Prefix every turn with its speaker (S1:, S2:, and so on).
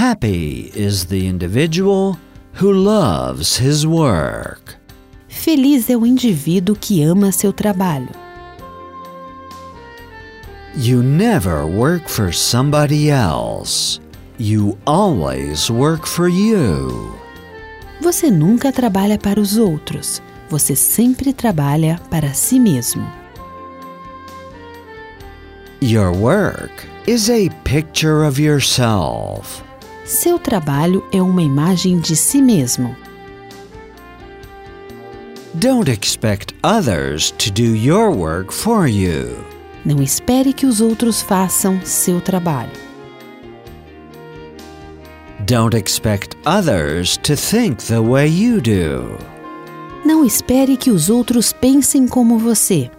S1: Happy is the individual who loves his work.
S2: Feliz é o indivíduo que ama seu trabalho.
S1: You never work for somebody else. You always work for you.
S2: Você nunca trabalha para os outros. Você sempre trabalha para si mesmo.
S1: Your work is a picture of yourself.
S2: Seu trabalho é uma imagem de si mesmo.
S1: Don't expect others to do your work for you.
S2: Não espere que os outros façam seu trabalho.
S1: Don't expect others to think the way you do.
S2: Não espere que os outros pensem como você.